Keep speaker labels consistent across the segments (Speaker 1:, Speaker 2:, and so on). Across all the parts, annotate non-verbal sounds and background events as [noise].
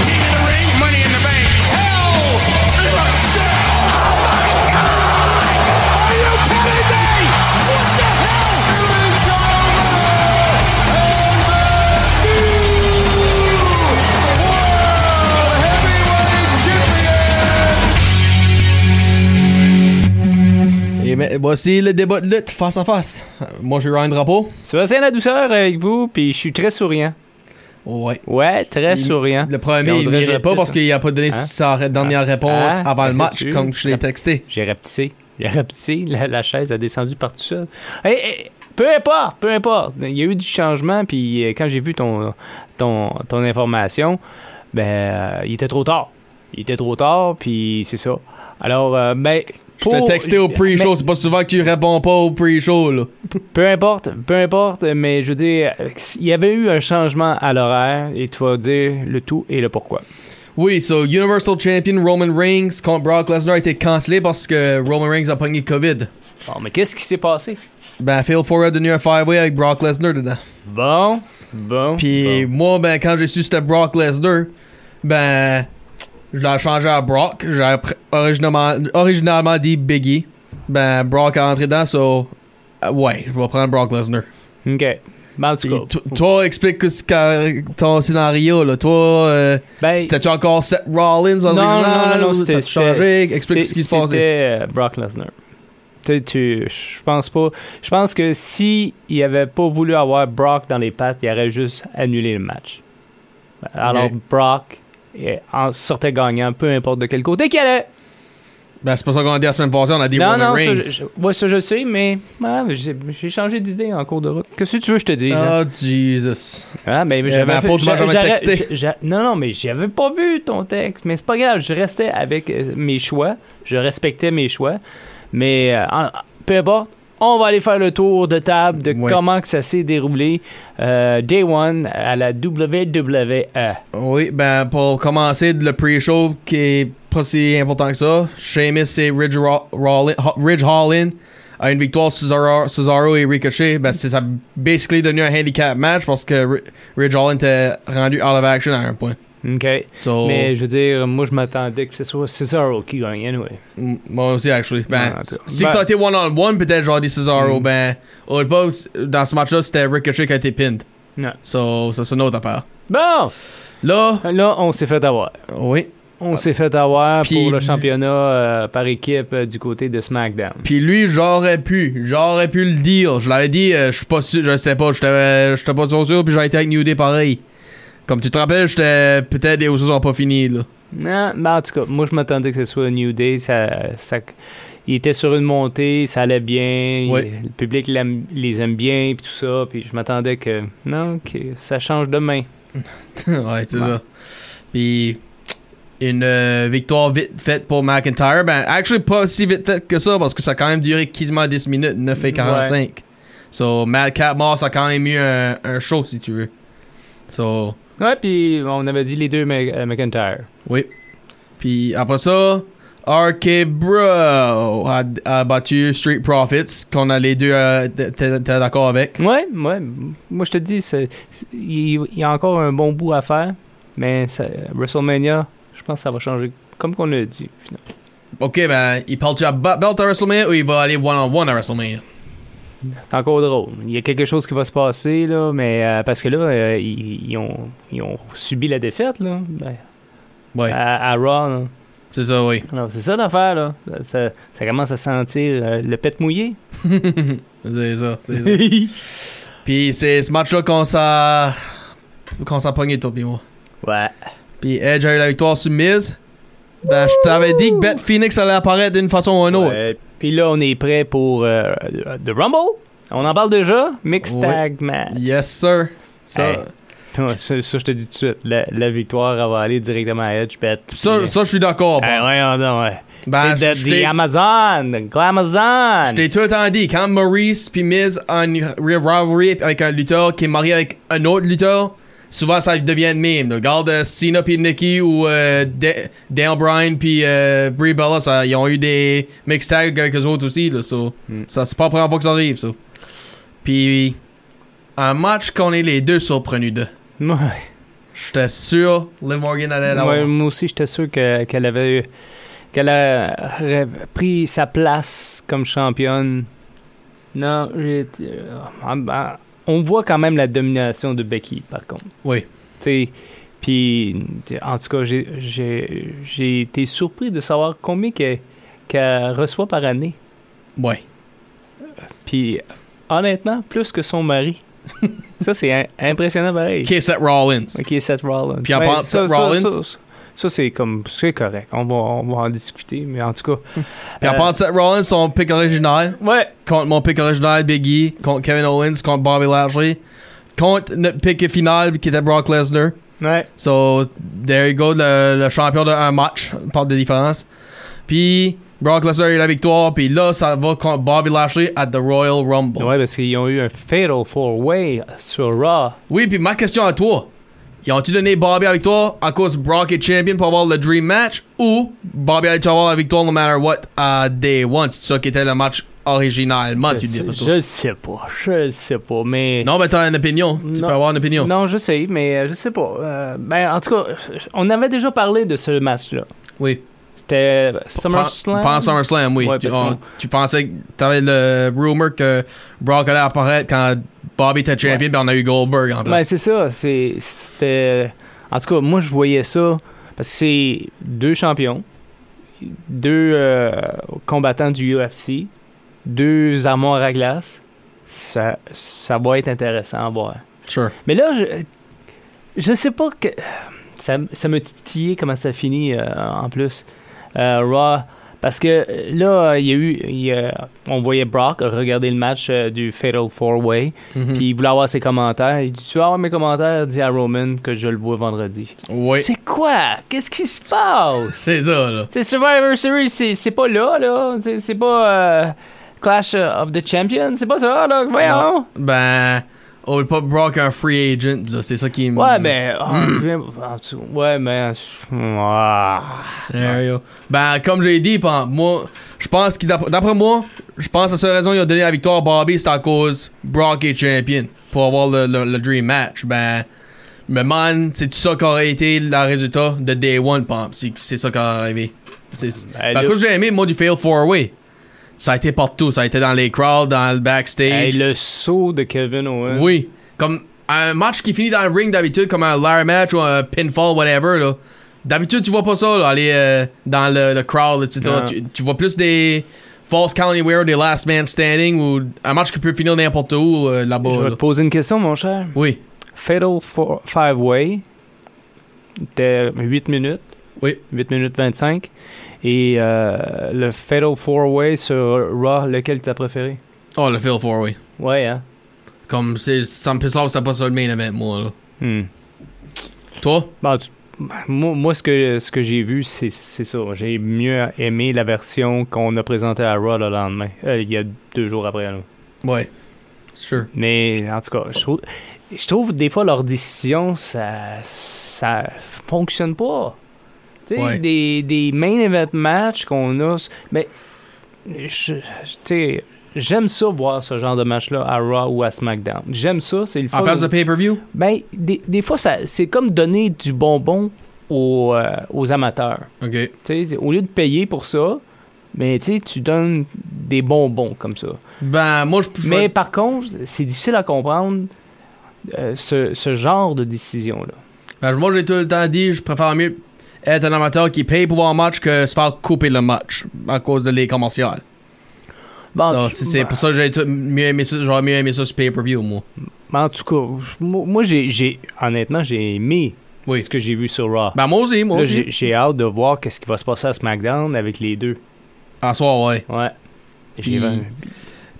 Speaker 1: King in the ring, money in the bank.
Speaker 2: Hell in a cell. Are you kidding me? What the hell?
Speaker 3: Et mais- voici le débat de lutte face à face. Euh, Moi, j'ai Ryan Drapeau.
Speaker 4: Sébastien La Douceur avec vous, puis je suis très souriant.
Speaker 3: Ouais.
Speaker 4: Ouais,
Speaker 3: Mm.
Speaker 4: très souriant.
Speaker 3: Oh, Le premier,
Speaker 4: Mais on
Speaker 3: il
Speaker 4: dirait que
Speaker 3: ne
Speaker 4: j'ai
Speaker 3: pas
Speaker 4: petit,
Speaker 3: parce
Speaker 4: ça.
Speaker 3: qu'il a pas donné
Speaker 4: Hein?
Speaker 3: sa ré- dernière réponse
Speaker 4: Hein?
Speaker 3: avant le match,
Speaker 4: Là-dessus.
Speaker 3: comme je l'ai texté.
Speaker 4: J'ai rapetissé. J'ai rapetissé. La, la chaise a descendu par tout seul. Hey, hey, peu importe, peu importe. Il y a eu du changement, puis euh, quand j'ai vu ton, ton, ton information, ben, euh, il était trop tard. Il était trop tard, puis c'est ça. Alors, euh, ben.
Speaker 3: Je t'ai
Speaker 4: pour-
Speaker 3: texté au pre-show,
Speaker 4: mais
Speaker 3: c'est pas souvent que tu réponds pas au pre-show, là.
Speaker 4: Peu importe, peu importe, mais je veux dire, il y avait eu un changement à l'horaire, et tu vas dire le tout et le pourquoi.
Speaker 3: Oui, so Universal Champion Roman Reigns contre Brock Lesnar a été cancellé parce que Roman Reigns a pogné COVID.
Speaker 4: Bon, mais qu'est-ce qui s'est passé?
Speaker 3: Ben, Phil Ford a donné un five-way avec Brock Lesnar dedans.
Speaker 4: Bon, bon.
Speaker 3: Puis moi, ben, quand j'ai su que c'était Brock Lesnar, ben, je l'ai changé à Brock. J'avais pr- originalement, originalement dit Biggie. Ben, Brock a entré dedans, so. euh, ouais, je vais prendre Brock Lesnar.
Speaker 4: bon. OK. Ben, en tout
Speaker 3: Puis
Speaker 4: cas,
Speaker 3: to- Toi, explique que ce qu'a- ton scénario, là. Toi, euh,
Speaker 4: ben-
Speaker 3: c'était-tu encore Seth Rollins
Speaker 4: Non, non,
Speaker 3: original?
Speaker 4: non, non,
Speaker 3: ou
Speaker 4: c'était.
Speaker 3: t'as-tu changé.
Speaker 4: c'était-
Speaker 3: Explique ce qui se
Speaker 4: c'était,
Speaker 3: passait.
Speaker 4: euh, Brock Lesnar. Tu, tu- je pense pas. Je pense que si il avait pas voulu avoir Brock dans les pattes, il aurait juste annulé le match. Alors
Speaker 3: Ok.
Speaker 4: Brock eh, en sortait gagnant, peu importe de quel côté qu'il allait.
Speaker 3: Ben, c'est pas ça qu'on a dit la semaine passée, on a dit
Speaker 4: non,
Speaker 3: Roman
Speaker 4: non, ça,
Speaker 3: Reigns.
Speaker 4: je, je- ouais, ça je le sais, mais ah, j'ai, j'ai changé d'idée en cours de route. Qu'est-ce que tu veux que je te dise? hein?
Speaker 3: Oh, Jesus.
Speaker 4: Ah, mais
Speaker 3: Eh
Speaker 4: j'avais
Speaker 3: ben,
Speaker 4: fait-
Speaker 3: pour demain,
Speaker 4: j'a-
Speaker 3: j'avais
Speaker 4: j'aurais-
Speaker 3: texté.
Speaker 4: j'a- j'a- Non, non, mais j'avais pas vu ton texte. Mais c'est pas grave, je restais avec euh, mes choix. Je respectais mes choix. Mais euh, en- peu importe, on va aller faire le tour de table de
Speaker 3: Ouais.
Speaker 4: comment que ça s'est déroulé euh, Day One à la E. WWE.
Speaker 3: Oui, ben pour commencer, le pre-show qui est pas si important que ça, Sheamus et Ridge, Ro- Rollin- Ho- Ridge Holland a une victoire sur Cesaro, Cesaro et Ricochet. Ben, c'est- ça a basically devenu un handicap match parce que Ri- Ridge Holland était rendu out of action à un point.
Speaker 4: OK.
Speaker 3: So,
Speaker 4: Mais je veux dire, moi, je m'attendais que ce soit Cesaro qui gagne, anyway.
Speaker 3: m- moi aussi, actually. Ben,
Speaker 4: Ouais, en tout cas.
Speaker 3: si
Speaker 4: Ben-
Speaker 3: ça a été one-on-one, peut-être j'aurais dit Cesaro.
Speaker 4: Mm.
Speaker 3: Ben, au pas, dans ce match-là, c'était Ricochet qui a été pinned.
Speaker 4: Ouais.
Speaker 3: So, ça, c'est une autre affaire.
Speaker 4: Bon,
Speaker 3: Là,
Speaker 4: là, on s'est fait avoir.
Speaker 3: oui.
Speaker 4: On s'est fait avoir
Speaker 3: Ah. Puis-
Speaker 4: pour le championnat euh, par équipe euh, du côté de SmackDown.
Speaker 3: Puis lui, j'aurais pu, j'aurais pu le dire. Je l'avais dit, euh, je suis pas sûr, je sais pas, j'étais euh, j'étais pas trop sûr, puis j'ai été avec New Day pareil. Comme tu te rappelles, j'étais peut-être les choses sont pas finies là. [laughs]
Speaker 4: Non, mais en tout cas, moi je m'attendais que ce soit New Day. Ça, ça, il était sur une montée, ça allait bien. il-
Speaker 3: Ouais.
Speaker 4: le public l'aime- les aime bien, puis tout ça. Puis je m'attendais que non, que ça change demain.
Speaker 3: ouais, c'est
Speaker 4: Ouais.
Speaker 3: ça. Puis une euh, victoire vite faite pour McIntyre, ben actually pas si vite faite que ça parce que ça a quand même duré quasiment 10 minutes, 9 et 45. So Madcap Moss a quand même eu un, un show si tu veux. So
Speaker 4: Ouais, puis on avait dit les deux Mc- euh, McIntyre.
Speaker 3: Oui. Puis après ça, RK Bro a, a battu Street Profits, qu'on a les deux, euh, t'es t'es- t'es d'accord avec.
Speaker 4: Ouais, ouais. Moi je te dis, c'est- c'est- il il y a encore un bon bout à faire, mais ça- WrestleMania, je pense que ça va changer. Comme qu'on a dit. finalement.
Speaker 3: Ok, ben, il parle-tu à ba- belt à WrestleMania ou il va aller one-on-one à WrestleMania?
Speaker 4: C'est encore drôle. Il y a quelque chose qui va se passer, là, mais euh, parce que là, euh, ils, ils ont, ils ont subi la défaite, là. Ben,
Speaker 3: Ouais,
Speaker 4: à, à Raw. là.
Speaker 3: c'est ça, oui.
Speaker 4: Alors, c'est ça l'affaire, là. Ça, ça commence à sentir euh, le pet
Speaker 3: [laughs]
Speaker 4: mouillé.
Speaker 3: C'est ça, c'est
Speaker 4: [laughs]
Speaker 3: ça. Puis c'est ce match-là qu'on s'est... qu'on s'est pogné, toi pis moi.
Speaker 4: Ouais.
Speaker 3: Puis Edge a eu la victoire sur Miz. Ben, je t'avais dit que Beth Phoenix allait apparaître d'une façon ou d'une autre.
Speaker 4: Ouais. Puis là, on est prêt pour euh, euh, The Rumble. On en parle déjà. Mixed
Speaker 3: Ouais.
Speaker 4: Tag Match.
Speaker 3: Yes, sir. Ça,
Speaker 4: Hey. Ouais, ça, ça, je te dis tout de suite. La, la victoire, elle va aller directement à Edge. Bet.
Speaker 3: ça, ça, je suis d'accord.
Speaker 4: Eh,
Speaker 3: bon.
Speaker 4: voyons donc, ouais.
Speaker 3: Ben,
Speaker 4: c'est
Speaker 3: je
Speaker 4: de,
Speaker 3: t'ai-
Speaker 4: des Amazon, de Glamazon.
Speaker 3: Je t'ai tout le temps dit, quand Maurice puis Miz ont une rivalry avec un lutteur qui est marié avec un autre lutteur, souvent ça devient le meme. là. Regarde euh, Cena puis Nikki ou euh, Da- Daniel Bryan puis euh, Brie Bella, ça, ils ont eu des mixed tags avec eux autres aussi. Là, so,
Speaker 4: Hmm.
Speaker 3: Ça, c'est pas la première fois que ça arrive. Ça. Puis, un match qu'on est les deux surprenus de.
Speaker 4: Ouais.
Speaker 3: J'étais sûr, Liv Morgan allait l'avoir.
Speaker 4: Ouais, moi aussi, j'étais sûr que- qu'elle avait eu- qu'elle aurait pris sa place comme championne. Non, j'ai- euh, ah, on voit quand même la domination de Becky, par contre.
Speaker 3: Oui.
Speaker 4: Tu sais, Puis, tu sais, en tout cas, j'ai- j'ai j'ai été surpris de savoir combien qu'elle qu'elle reçoit par année.
Speaker 3: Ouais.
Speaker 4: Puis, honnêtement, plus que son mari. [laughs] Ça, c'est im- impressionnant pareil.
Speaker 3: Ok, Seth Rollins.
Speaker 4: Ok, Seth Rollins. Ben,
Speaker 3: Puis en parlant de
Speaker 4: ça-
Speaker 3: Seth
Speaker 4: ça-
Speaker 3: Rollins-
Speaker 4: Ça, ça- ça, c'est comme. C'est correct. On va, on va en discuter, mais en tout cas.
Speaker 3: Puis en
Speaker 4: Euh,
Speaker 3: parlant de Seth Rollins, son pick original,
Speaker 4: Ouais.
Speaker 3: contre mon pick original, Big E, contre Kevin Owens, contre Bobby Lashley, contre notre pick final qui était Brock Lesnar.
Speaker 4: Ouais.
Speaker 3: So, there you go, le, le champion de un match, par de différence. Puis, Brock Lesnar a eu la victoire, puis là, ça va contre Bobby Lashley at the Royal Rumble.
Speaker 4: Ouais, parce qu'ils ont eu un Fatal Four Way sur Raw.
Speaker 3: Oui, puis ma question à toi. Ils ont-tu donné Bobby la victoire à cause Brock est champion pour avoir le Dream Match ou Bobby allait avoir la victoire no matter what à Day One? C'est ça qui était le match originalement, Ah, tu dirais. toi.
Speaker 4: je le sais pas. Je le sais pas, mais.
Speaker 3: Non, mais t'as une opinion. Tu
Speaker 4: Non.
Speaker 3: peux avoir une opinion.
Speaker 4: Non, je sais, mais euh, je sais pas. Euh, ben, en tout cas, on avait déjà parlé de ce match-là.
Speaker 3: Oui.
Speaker 4: C'était euh,
Speaker 3: Pen-
Speaker 4: SummerSlam.
Speaker 3: Pense SummerSlam, oui.
Speaker 4: Ouais,
Speaker 3: tu,
Speaker 4: parce
Speaker 3: on-
Speaker 4: qu'on-
Speaker 3: tu pensais que t'avais le rumor que Brock allait apparaître quand Bobby était champion, puis on a eu Goldberg en
Speaker 4: Ben,
Speaker 3: place.
Speaker 4: c'est ça. c'est- C'était. En tout cas, moi, je voyais ça parce que c'est deux champions, deux euh, combattants du UFC, deux armoires à glace. Ça, ça va être intéressant à voir.
Speaker 3: Sure.
Speaker 4: Mais là, je, je sais pas que. Ça, ça me titillait comment ça finit euh, en plus. Euh, Raw. Parce que là, il y a eu. il y a- on voyait Brock regarder le match euh, du Fatal Four Way.
Speaker 3: Mhm.
Speaker 4: Puis il voulait avoir ses commentaires. Il dit Tu vas avoir mes commentaires Dis à Roman que je le vois vendredi.
Speaker 3: Oui.
Speaker 4: C'est quoi Qu'est-ce qui se passe
Speaker 3: C'est ça, là.
Speaker 4: C'est Survivor Series, c'est c'est pas là, là. C'est c'est pas euh, Clash of the Champions. C'est pas ça, là. Voyons.
Speaker 3: Ben, on veut pas Brock un free agent, là. C'est ça qui me.
Speaker 4: Ouais, mais. oh,
Speaker 3: Mm.
Speaker 4: je viens- en tout- ouais, mais. Ah.
Speaker 3: Sérieux. Ben, comme j'ai dit, pen- moi, je pense que d'après d'après moi, je pense à cette raison, ils ont donné la victoire à Bobby, c'est à cause Brock est champion pour avoir le, le- le Dream Match. Ben, mais man, c'est tout ça qu'aurait été le résultat de Day One, Pump. C'est c'est ça qui aurait arrivé. C'est
Speaker 4: Ben,
Speaker 3: ben,
Speaker 4: là-
Speaker 3: que j'ai aimé, moi, du Fail Four Way. Ça a été partout. Ça a été dans les crowds, dans le backstage.
Speaker 4: Hey, le saut de Kevin Owens.
Speaker 3: Oui. Euh, Comme un match qui finit dans le ring d'habitude, comme un ladder match ou un pinfall, whatever, là. D'habitude, tu vois pas ça, là, aller euh, dans le, le crowd, etc.
Speaker 4: Non.
Speaker 3: Tu, tu vois plus des false count anywhere, des last man standing ou un match qui peut finir n'importe où euh,
Speaker 4: Je
Speaker 3: là-bas.
Speaker 4: vais
Speaker 3: là.
Speaker 4: te poser une question, mon cher.
Speaker 3: Oui.
Speaker 4: Fatal four- Five Way était 8 minutes.
Speaker 3: Oui.
Speaker 4: 8 minutes 25. Et euh, le Fatal Four Way sur Raw, lequel t'as préféré
Speaker 3: Oh, le Phil Four-Way.
Speaker 4: Ouais, hein.
Speaker 3: Comme, c'est- ça me pisse off, c'est pas ça le main event, moi, là.
Speaker 4: Hmm.
Speaker 3: Toi?
Speaker 4: Bon, tu- moi, moi, ce que, ce que j'ai vu, c'est c'est ça. J'ai mieux aimé la version qu'on a présentée à Raw le lendemain. Euh, il y a deux jours après, là.
Speaker 3: Ouais. Sure.
Speaker 4: Mais en tout cas, je trouve, je trouve des fois leurs décisions, ça, ça fonctionne pas. Tu sais,
Speaker 3: Ouais.
Speaker 4: des, des main event match qu'on a. Mais, je- tu sais, j'aime ça voir ce genre de match-là à Raw ou à SmackDown. J'aime ça, c'est le
Speaker 3: En
Speaker 4: fun.
Speaker 3: place de pay-per-view?
Speaker 4: Ben, des, des fois, ça, c'est comme donner du bonbon aux, euh, aux amateurs.
Speaker 3: Ok.
Speaker 4: Tu sais, au lieu de payer pour ça, mais tu sais, tu donnes des bonbons comme ça.
Speaker 3: Ben, moi, je... je-
Speaker 4: Mais par contre, c'est difficile à comprendre euh, ce, ce genre de décision-là.
Speaker 3: Ben, moi, j'ai tout le temps dit, je préfère mieux être un amateur qui paye pour voir un match que se faire couper le match à cause de les commerciales.
Speaker 4: Ah,
Speaker 3: Ça, c'est c'est pour ça que j'ai tout- mieux aimé ça, j'aurais mieux aimé ça sur pay-per-view, moi.
Speaker 4: En tout cas, je- moi, moi, j'ai, j'ai- honnêtement, j'ai aimé
Speaker 3: Oui.
Speaker 4: ce que j'ai vu sur Raw.
Speaker 3: Ben, moi aussi, moi
Speaker 4: Là,
Speaker 3: aussi.
Speaker 4: j'ai, j'ai hâte de voir qu'est-ce qui va se passer à SmackDown avec les deux.
Speaker 3: À soir, ouais.
Speaker 4: Ouais. J'ai
Speaker 3: Puis-
Speaker 4: vraiment-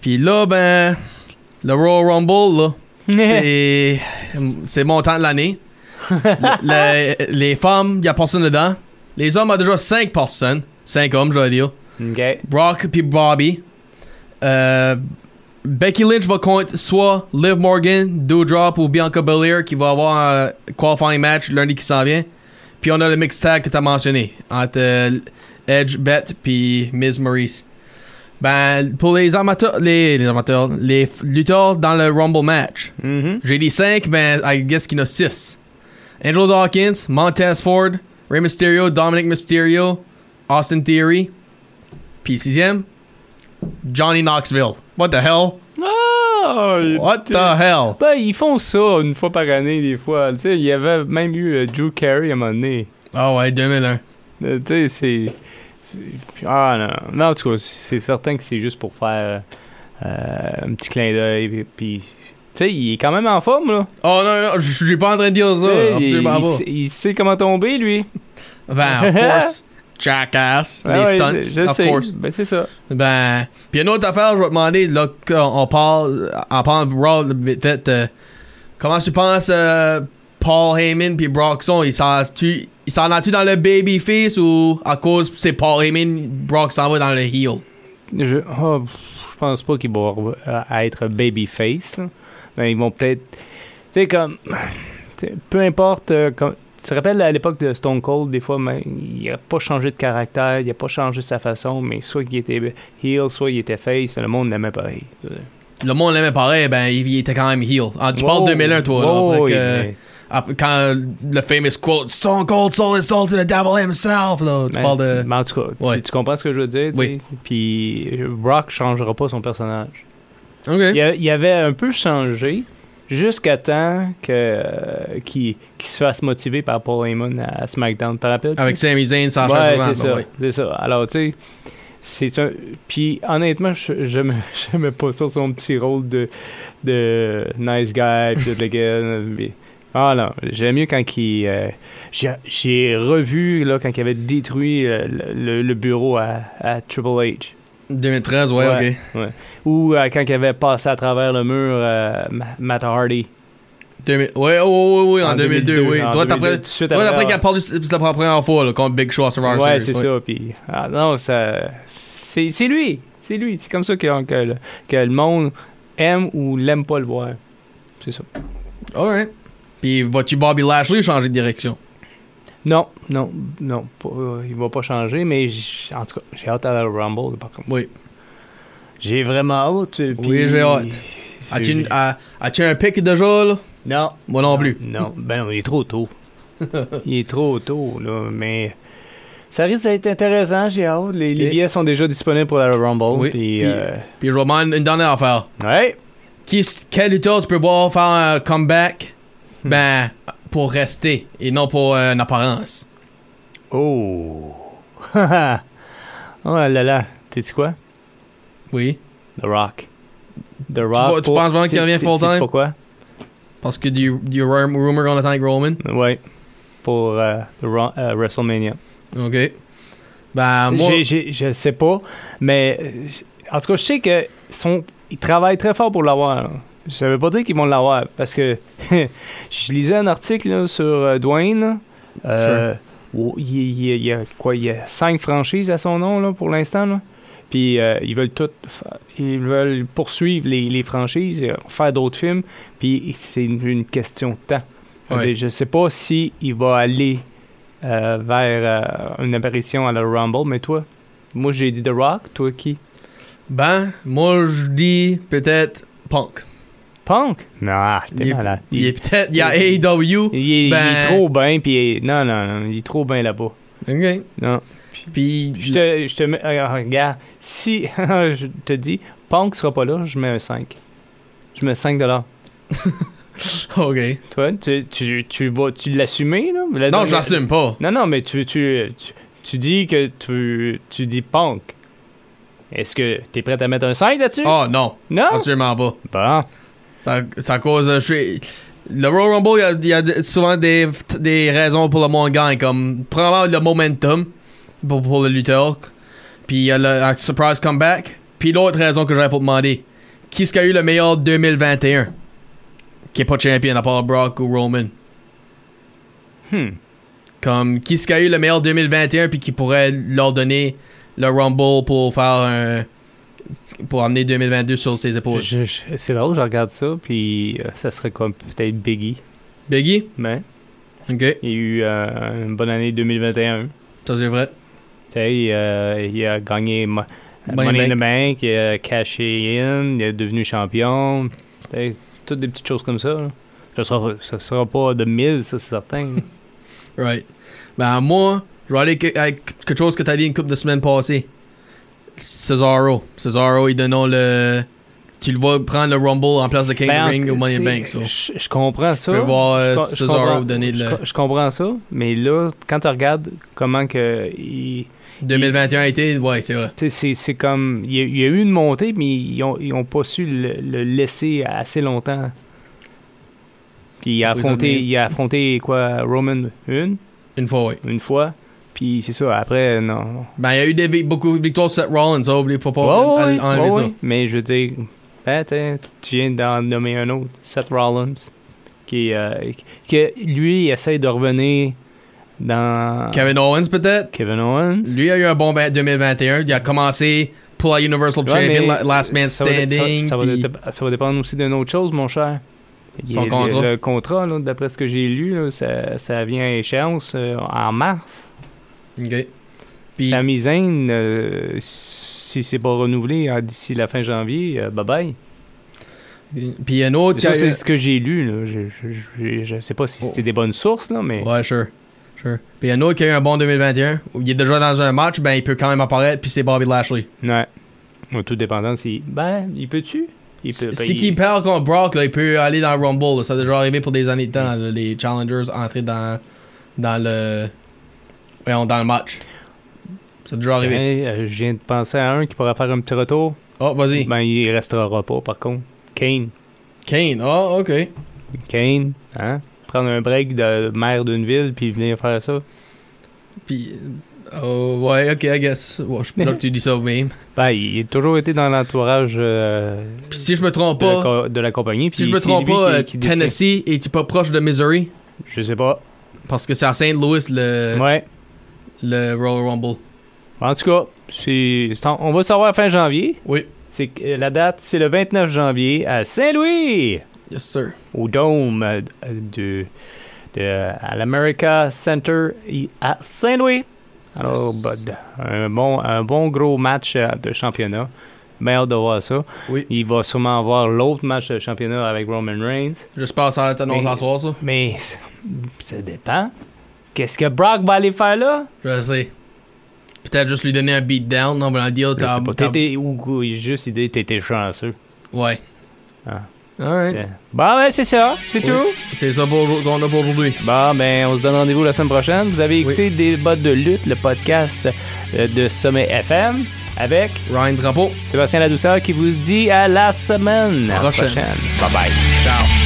Speaker 3: Puis là, ben, le Royal Rumble, là,
Speaker 4: Eh. [laughs]
Speaker 3: c'est c'est mon temps de l'année. Le- le- les femmes, il n'y a personne dedans. Les hommes, il y a déjà 5 personnes. 5 hommes, je vais dire.
Speaker 4: Ok.
Speaker 3: Brock puis Bobby. Euh, Becky Lynch va contre soit Liv Morgan, Doudrop ou Bianca Belair qui va avoir un qualifying match lundi qui s'en vient. Puis on a le mix tag que t'as mentionné entre euh, Edge, Beth puis Miz Maurice. Ben, pour les amateurs, les, les amateurs, les f- lutteurs dans le Rumble match,
Speaker 4: Mhm.
Speaker 3: j'ai dit 5, ben, I guess qu'il y en a 6. Angel Dawkins, Montez Ford, Rey Mysterio, Dominic Mysterio, Austin Theory. Puis sixième, Johnny Knoxville. What the hell?
Speaker 4: Ah,
Speaker 3: What
Speaker 4: t'es-
Speaker 3: the hell?
Speaker 4: Ben, ils font ça une fois par année, des fois. Tu sais, il y avait même eu euh, Drew Carey à un moment donné.
Speaker 3: Ah ouais, 2001.
Speaker 4: Euh, tu sais, c'est- c'est. Ah non. Non, en tout cas, c'est c'est certain que c'est juste pour faire euh, euh, un petit clin d'œil. puis- Puis. Tu sais, il est quand même en forme, là.
Speaker 3: Oh non, non, je je suis pas en train de dire
Speaker 4: Tu sais,
Speaker 3: ça.
Speaker 4: il,
Speaker 3: Absolument
Speaker 4: il
Speaker 3: pas.
Speaker 4: sait- il sait comment tomber, lui.
Speaker 3: Ben, of course. Jackass,
Speaker 4: Ah ouais,
Speaker 3: les stunts,
Speaker 4: je- je
Speaker 3: of
Speaker 4: sais.
Speaker 3: course.
Speaker 4: Ben, c'est ça.
Speaker 3: Ben, puis une autre affaire, je vais te demander, là, qu'on- on parle, on parle de Raw, vite fait, euh, comment tu penses euh, Paul Heyman puis Brockson, ils s'en tu ils s'en tu dans le babyface ou à cause c'est Paul Heyman, Brock s'en va dans le heel?
Speaker 4: Je, oh, pff, je pense pas qu'ils vont euh, être babyface. là. Mais ils vont peut-être. Tu sais, comme. tu sais, peu importe. euh, comme- tu te rappelles à l'époque de Stone Cold, des fois, mais il a pas changé de caractère, il a pas changé sa façon, mais soit qu'il était heel, soit il était face, le monde l'aimait pareil.
Speaker 3: Le monde l'aimait pareil, ben il, il était quand même heel. Ah, tu parles
Speaker 4: Wow.
Speaker 3: de 2001 toi,
Speaker 4: Wow,
Speaker 3: là, fait
Speaker 4: Oh, oui,
Speaker 3: que, euh,
Speaker 4: mais-
Speaker 3: après- quand le famous quote Stone Cold Soul is sold to the devil himself, là, tu
Speaker 4: mais-
Speaker 3: parles de...
Speaker 4: mais en tout cas, tu-
Speaker 3: Ouais.
Speaker 4: tu, comprends ce que je veux dire? tu
Speaker 3: Oui.
Speaker 4: sais? Puis euh, Brock changera pas son personnage.
Speaker 3: Ok.
Speaker 4: Il y a- Il, avait un peu changé jusqu'à temps que euh, qu'il qu'il se fasse motiver par Paul Heyman à SmackDown. Tu te rappelles?
Speaker 3: Avec Sami Zayn, Sacha
Speaker 4: ouais,
Speaker 3: Rowan,
Speaker 4: c'est
Speaker 3: ben
Speaker 4: ça,
Speaker 3: ouais.
Speaker 4: c'est ça. Alors, tu sais, c'est un. Puis, honnêtement, [laughs] je- j'aimais j'aimais pas ça, son petit rôle de, de nice guy, puis de [laughs] la mais- Ah non, j'aime mieux quand il. euh, j'ai- J'ai revu, là, quand il avait détruit euh, le, le- le bureau à, à Triple H.
Speaker 3: 2013, ouais,
Speaker 4: Ouais.
Speaker 3: ok.
Speaker 4: Ou euh, quand il avait passé à travers le mur euh, Ma- Matt Hardy.
Speaker 3: 2000 Ouais, oh, oh, oui, oui, en 2002, oui.
Speaker 4: en
Speaker 3: Toi,
Speaker 4: 2002,
Speaker 3: t'apprends
Speaker 4: tout de suite
Speaker 3: toi,
Speaker 4: après,
Speaker 3: d'après qu'il a parlé, c'est c'est la première fois là, contre Big Show à Survivor
Speaker 4: Ouais, c'est
Speaker 3: Series,
Speaker 4: ça. Puis, ah, non, ça, c'est, c'est lui. C'est lui. C'est comme ça que, que le, que le monde aime ou l'aime pas le voir. C'est ça.
Speaker 3: Alright. Puis, vas-tu Bobby Lashley changer de direction?
Speaker 4: Non, non, non. pas- euh, il va pas changer, mais j'- en tout cas, j'ai hâte à la Rumble. Par contre.
Speaker 3: Oui.
Speaker 4: J'ai vraiment hâte. euh,
Speaker 3: Oui,
Speaker 4: puis-
Speaker 3: j'ai hâte.
Speaker 4: C'est-
Speaker 3: As-tu une- a- as-tu un pic déjà, là?
Speaker 4: Non.
Speaker 3: Moi non, plus.
Speaker 4: Non, ben non, il est trop tôt.
Speaker 3: [laughs]
Speaker 4: il est trop tôt, là, mais ça risque d'être intéressant, j'ai hâte. Les, les
Speaker 3: Ok.
Speaker 4: billets sont déjà disponibles pour la Rumble.
Speaker 3: Oui,
Speaker 4: puis,
Speaker 3: puis-
Speaker 4: euh,
Speaker 3: Puis, je vais demander une dernière affaire.
Speaker 4: ouais.
Speaker 3: Qui, quel lutteur tu peux voir faire un comeback?
Speaker 4: Hmm.
Speaker 3: Ben, pour rester et non pour euh, une apparence.
Speaker 4: Oh. [laughs] oh là là. T'es-tu quoi?
Speaker 3: Oui.
Speaker 4: The Rock. The Rock.
Speaker 3: tu penses vraiment qu'il
Speaker 4: t'sais-
Speaker 3: revient
Speaker 4: t'sais-
Speaker 3: full-time?
Speaker 4: t'sais-tu pourquoi?
Speaker 3: Parce que du, du rum- rumor on attend avec Roman.
Speaker 4: Ouais. Pour euh, the Ro- euh, WrestleMania.
Speaker 3: Ok. Ben, moi.
Speaker 4: J'ai- j'ai- je sais pas, mais euh, j- en tout cas, je sais que sont, ils travaillent très fort pour l'avoir. là. Je ne veut pas dire qu'ils vont l'avoir parce que [laughs] je lisais un article là, sur euh, Dwayne. là. Euh, où il, il- il y a quoi Il y a cinq franchises à son nom là, pour l'instant. là. Puis euh, ils veulent tout, fa- ils veulent poursuivre les, les franchises, euh, faire d'autres films. Puis c'est une, une question de temps. Fait que
Speaker 3: Ouais.
Speaker 4: Je sais pas si il va aller euh, vers euh, une apparition à la Rumble, mais toi, moi j'ai dit The Rock, toi qui
Speaker 3: Ben, moi, je dis peut-être Punk.
Speaker 4: Punk Non, t'es
Speaker 3: Il est-
Speaker 4: malade.
Speaker 3: Il est peut-être. Il y a
Speaker 4: il-
Speaker 3: AEW.
Speaker 4: il est- il est
Speaker 3: ben-
Speaker 4: trop bien, puis il- non, non, non, il est trop bien là-bas.
Speaker 3: Ok.
Speaker 4: Non.
Speaker 3: Puis.
Speaker 4: Je te, je te mets, euh, regarde, si [laughs] je te dis Punk sera pas là, je mets un 5. Je mets 5 dollars.
Speaker 3: Ok.
Speaker 4: Toi, tu, tu, tu vas tu l'assumer là Là,
Speaker 3: Non, je
Speaker 4: mais-
Speaker 3: l'assume pas.
Speaker 4: Non, non, mais tu, tu, tu, tu dis que tu, tu dis Punk. Est-ce que t'es prêt à mettre un 5 là-dessus
Speaker 3: Oh non,
Speaker 4: Non
Speaker 3: absolument pas.
Speaker 4: Bon.
Speaker 3: Ça, ça cause. euh, Je suis... Le Royal Rumble, il y a- il y, a de- souvent des, des raisons pour le monde gagne, comme probablement le momentum pour, pour le lutteur. Puis il y a le un surprise comeback. Puis l'autre raison que j'aurais pour demander, qui est-ce qui a eu le meilleur 2021 qui est pas champion à part Brock ou Roman
Speaker 4: Hmm.
Speaker 3: Comme qui est-ce qui a eu le meilleur 2021 puis qui pourrait leur donner le Rumble pour faire un, pour amener 2022 sur ses épaules.
Speaker 4: Je- je- c'est drôle, je regarde ça, puis euh, ça serait comme peut-être Biggie.
Speaker 3: Biggie,
Speaker 4: Mais
Speaker 3: ok,
Speaker 4: il y a eu euh, une bonne année 2021.
Speaker 3: ça c'est vrai.
Speaker 4: Tu sais, il, euh, il a gagné Mo- euh,
Speaker 3: Money
Speaker 4: Money in the Bank, il a cashé in, il est devenu champion. Tu sais, toutes des petites choses comme ça. là. Ça sera, ça sera pas de 1000, ça c'est certain.
Speaker 3: Right. Ben moi, je vais aller que- avec quelque chose que t'as dit une couple de semaines passées. Cesaro. Cesaro, il donnant le... Tu le vois prendre le Rumble en place de King
Speaker 4: Ben,
Speaker 3: Ring au Money in the
Speaker 4: t'sais,
Speaker 3: Bank. so.
Speaker 4: Je, je comprends ça.
Speaker 3: peux voir, euh,
Speaker 4: co-
Speaker 3: Cesaro
Speaker 4: comprends-
Speaker 3: donner
Speaker 4: je
Speaker 3: le-
Speaker 4: co- je comprends ça, mais là, quand tu regardes comment que. il-
Speaker 3: 2021 a été, ouais, c'est vrai.
Speaker 4: tu sais, C'est c'est comme. Il y, a, il y a eu une montée, mais ils ont, ils ont pas su le, le laisser assez longtemps. Puis il a,
Speaker 3: Oui,
Speaker 4: affronté,
Speaker 3: ça, mais-
Speaker 4: il a affronté quoi Roman une,
Speaker 3: Une fois, oui.
Speaker 4: une fois. Puis c'est ça, après, non. non.
Speaker 3: Ben, il y a eu des, vi- beaucoup de victoires sur Seth Rollins, ça, oublie faut pas en-
Speaker 4: Ouais, ouais,
Speaker 3: enlever
Speaker 4: ouais,
Speaker 3: ça.
Speaker 4: ouais. Mais je veux dire, ben, t'sais, tu viens d'en nommer un autre, Seth Rollins, qui, euh, qui- lui, il essaie de revenir dans
Speaker 3: Kevin Owens, peut-être.
Speaker 4: Kevin Owens.
Speaker 3: Lui a eu un bon vingt- 2021. Il a commencé pour la Universal
Speaker 4: Ouais,
Speaker 3: Champion,
Speaker 4: mais
Speaker 3: la- Last Man
Speaker 4: ça va- ça-
Speaker 3: Standing.
Speaker 4: Ça, va,
Speaker 3: puis-
Speaker 4: dé- ça va dépendre aussi d'une autre chose, mon cher. Il y a
Speaker 3: Son
Speaker 4: le-
Speaker 3: contrat.
Speaker 4: Le contrat, là, d'après ce que j'ai lu, là, ça, ça vient à échéance euh, en mars.
Speaker 3: Ok. Puis,
Speaker 4: Sa mise euh, si c'est pas renouvelé hein, d'ici la fin janvier, euh, bye bye.
Speaker 3: puis il y a un autre. qui
Speaker 4: Ça,
Speaker 3: a- Oh.
Speaker 4: c'est ce que j'ai lu. Là. Je, je, je- je sais pas si c'est des bonnes sources, là, mais
Speaker 3: Ouais, sure. Sure. Puis il y en a un autre qui a eu un bon 2021. où Il est déjà dans un match, ben il peut quand même apparaître, puis c'est Bobby Lashley.
Speaker 4: ouais. Ouais, Tout dépendant si. Ben, il peut-tu Il peut. ben,
Speaker 3: Si
Speaker 4: il-
Speaker 3: qui perd contre Brock, là, il peut aller dans le Rumble. là. Ça a déjà arrivé pour des années de temps, là, les challengers entrer dans, dans le. voyons, dans le match. Ça a déjà arrivé.
Speaker 4: Hey, euh, je viens de penser à un qui pourra faire un petit retour.
Speaker 3: Oh, vas-y.
Speaker 4: Ben, il restera pas, par contre. Kane.
Speaker 3: Kane. Oh, ok.
Speaker 4: Kane, hein? Prendre un break de maire d'une ville puis venir faire ça.
Speaker 3: Puis. Oh, ouais, ok, I guess. Ouais, je suis pas sûr que tu dis ça,
Speaker 4: [laughs]
Speaker 3: mais.
Speaker 4: Ben, il a toujours été dans l'entourage euh,
Speaker 3: Puis si je me trompe
Speaker 4: de, la
Speaker 3: pas.
Speaker 4: co- de la compagnie.
Speaker 3: Si
Speaker 4: puis
Speaker 3: je me
Speaker 4: c'est
Speaker 3: trompe
Speaker 4: lui
Speaker 3: pas,
Speaker 4: qui-
Speaker 3: euh,
Speaker 4: qui détient-
Speaker 3: Tennessee, es-tu pas proche de Missouri?
Speaker 4: Je sais pas.
Speaker 3: Parce que c'est à Saint Louis le,
Speaker 4: Ouais.
Speaker 3: le Royal Rumble.
Speaker 4: En tout cas, c'est- c'est en- on va le savoir fin janvier.
Speaker 3: Oui.
Speaker 4: C'est que, euh, la date, c'est le 29 janvier à Saint-Louis,
Speaker 3: Yes, sir.
Speaker 4: au Dôme euh, de, de- à l'America Center i- à Saint-Louis. Alors,
Speaker 3: Yes.
Speaker 4: bud, un bon, un bon gros match euh, de championnat. Bien hâte de voir ça.
Speaker 3: Oui.
Speaker 4: Il va sûrement avoir l'autre match de championnat avec Roman Reigns.
Speaker 3: J'espère que ça va être annoncé
Speaker 4: Mais-
Speaker 3: ce soir, ça.
Speaker 4: Mais ça- ça dépend. Qu'est-ce que Brock va aller faire là?
Speaker 3: Je sais. Peut-être juste lui donner un beatdown. Non, mais on va dire,
Speaker 4: Je
Speaker 3: t'as.
Speaker 4: sais pas.
Speaker 3: t'as-
Speaker 4: T'étais- ou, ou juste il dit t'étais chanceux.
Speaker 3: Ouais.
Speaker 4: Ah.
Speaker 3: Alright.
Speaker 4: Bon, ben, c'est ça. C'est
Speaker 3: Oui.
Speaker 4: tout.
Speaker 3: C'est ça pour qu'on a pour aujourd'hui.
Speaker 4: Bon, ben, on se donne rendez-vous la semaine prochaine. Vous avez écouté Des bottes de lutte, le podcast euh, de Sommet FM avec
Speaker 3: Ryan Drapeau.
Speaker 4: Sébastien Ladouceur qui vous dit à la semaine
Speaker 3: Prochaine.
Speaker 4: Bye bye. Ciao.